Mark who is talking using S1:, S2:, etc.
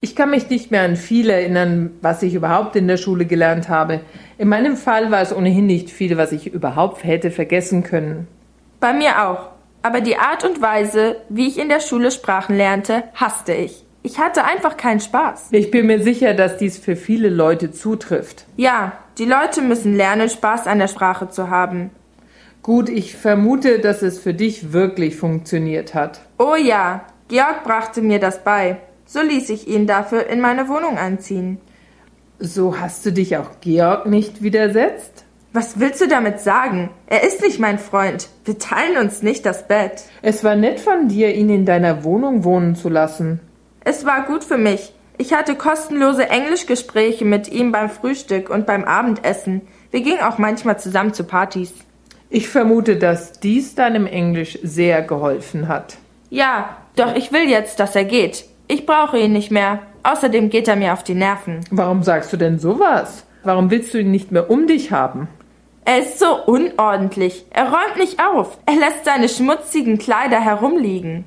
S1: Ich kann mich nicht mehr an viel erinnern, was ich überhaupt in der Schule gelernt habe. In meinem Fall war es ohnehin nicht viel, was ich überhaupt hätte vergessen können.
S2: Bei mir auch. Aber die Art und Weise, wie ich in der Schule Sprachen lernte, hasste ich. Ich hatte einfach keinen Spaß.
S1: Ich bin mir sicher, dass dies für viele Leute zutrifft.
S2: Ja, die Leute müssen lernen, Spaß an der Sprache zu haben.
S1: Gut, ich vermute, dass es für dich wirklich funktioniert hat.
S2: Oh ja, Georg brachte mir das bei. So ließ ich ihn dafür in meine Wohnung einziehen.
S1: So hast du dich auch Georg nicht widersetzt?
S2: Was willst du damit sagen? Er ist nicht mein Freund. Wir teilen uns nicht das Bett.
S1: Es war nett von dir, ihn in deiner Wohnung wohnen zu lassen.
S2: Es war gut für mich. Ich hatte kostenlose Englischgespräche mit ihm beim Frühstück und beim Abendessen. Wir gingen auch manchmal zusammen zu Partys.
S1: Ich vermute, dass dies deinem Englisch sehr geholfen hat.
S2: Ja, doch ich will jetzt, dass er geht. Ich brauche ihn nicht mehr. Außerdem geht er mir auf die Nerven.
S1: Warum sagst du denn sowas? Warum willst du ihn nicht mehr um dich haben?
S2: Er ist so unordentlich. Er räumt nicht auf. Er lässt seine schmutzigen Kleider herumliegen.